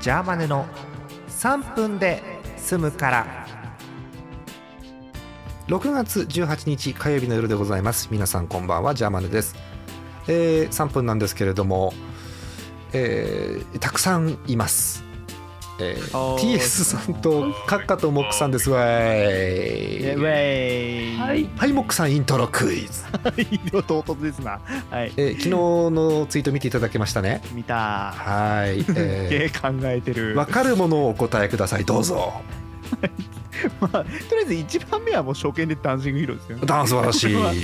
ジャーマネの3分で済むから6月18日火曜日の夜でございます皆さんこんばんはジャーマネです、えー3分なんですけれども、えーたくさんいます、えーおー TS さんとカッカとモックさんですわイェイウーいェイはい。はいモックさんイントロクイズ、色唐突ですなはい えー昨日のツイート見ていただけましたね見たはい、す えーげえ考えてる、わかるものをお答えくださいどうぞまあ、とりあえず一番目はもう初見でダンシングヒーローですよねダン素晴らしい はい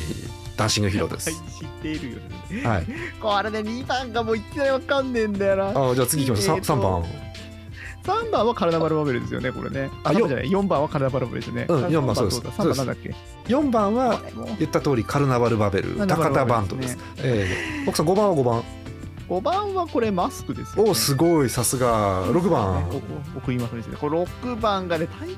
ダンシングヒーローではいす知っているよねはいこれね2番がもういきなりわかんねえんだよなあじゃあ次行きましょえうーとさん3番3番はカラダバルバベルですよねこれねああよ4じゃない4番はカラダバルバベルですよね、うん四番そうです3番なんだっけ4番は言った通りカルナバルバベルカルナバ高ル田バベルバンドです、ええ奥さん5番は5番5番はこれマスクですよ、ね、おすごいさすが6番ねおお奥言いますねこれ6番がね大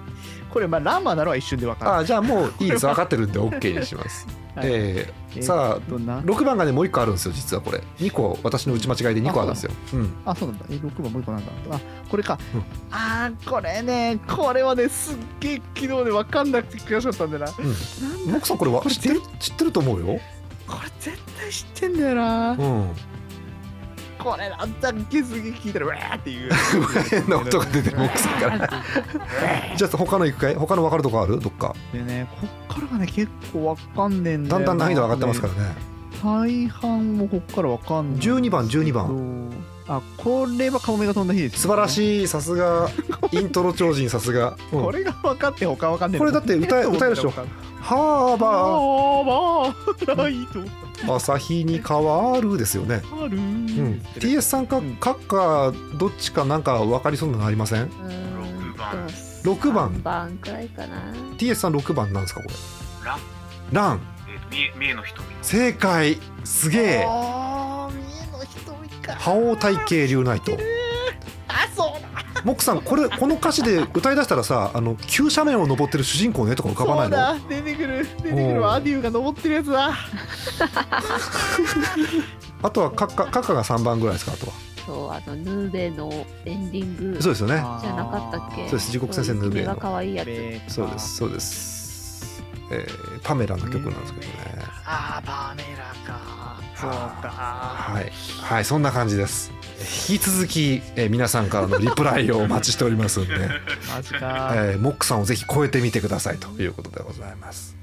これまあランマなのは一瞬でわかるあじゃあもういいです分かってるんで OK にします、はいえええーさどんなあ6番がねもう1個あるんですよ実はこれ2個私の打ち間違いで2個あるんですよ、うん、あ、そうなんだ。え、6番もう一個なんだ。あ、これか。うんあー、これね、これはね、すっげえ昨日ね、わかんなくて悔しかったんだよな。こモクさんこれは知ってる知ってると思うよ、れ絶対知ってんだよなう。ん、これ、あんたゲスゲ聞いたら、うわーっていう。変 な音が出てるモクさん からら。じゃあ他の行くかい他の分かるとこあるどっかでね、こっからがね、結構わかんねえんだだよんな。だん難易度上がってますからね大半もこっからわかんない。 12番12番番。あ、これはカモメが飛んだ日です、素晴らしいさす がイントロ超人さすが、ういんこれが分かって他分かんねえこれだって歌え歌えるで しょハーバあー ライトー朝日に変わるですよね、ある、ううん、TS さんかうんカッカどっちかなんか分かりそうなのありません六番。六番三番くらいかな。 TS さん6番なんですかこれラン、ランえーと、三重三重の瞳。正解すげえあー三重の瞳か覇王体系流ナイトあそうだモクさんこれこの歌詞で歌いだしたらさあの急斜面を登ってる主人公の絵とか浮かばないそうのだ出てくる出てくるおうわアデューが登ってるやつだあとはカッカカッカが3番ぐらいですかあとはそう、あのヌーベのエンディング。そうですよねじゃなかったっけ。そうです地獄先生ヌーベの君が可愛いやつ。そうですそうです、えーパメラの曲なんですけどね、あーバーメラ かそうかはい、はい、そんな感じです。引き続き、えー皆さんからのリプライをお待ちしておりますんで、 マジかえーモックさんをぜひ超えてみてくださいということでございます。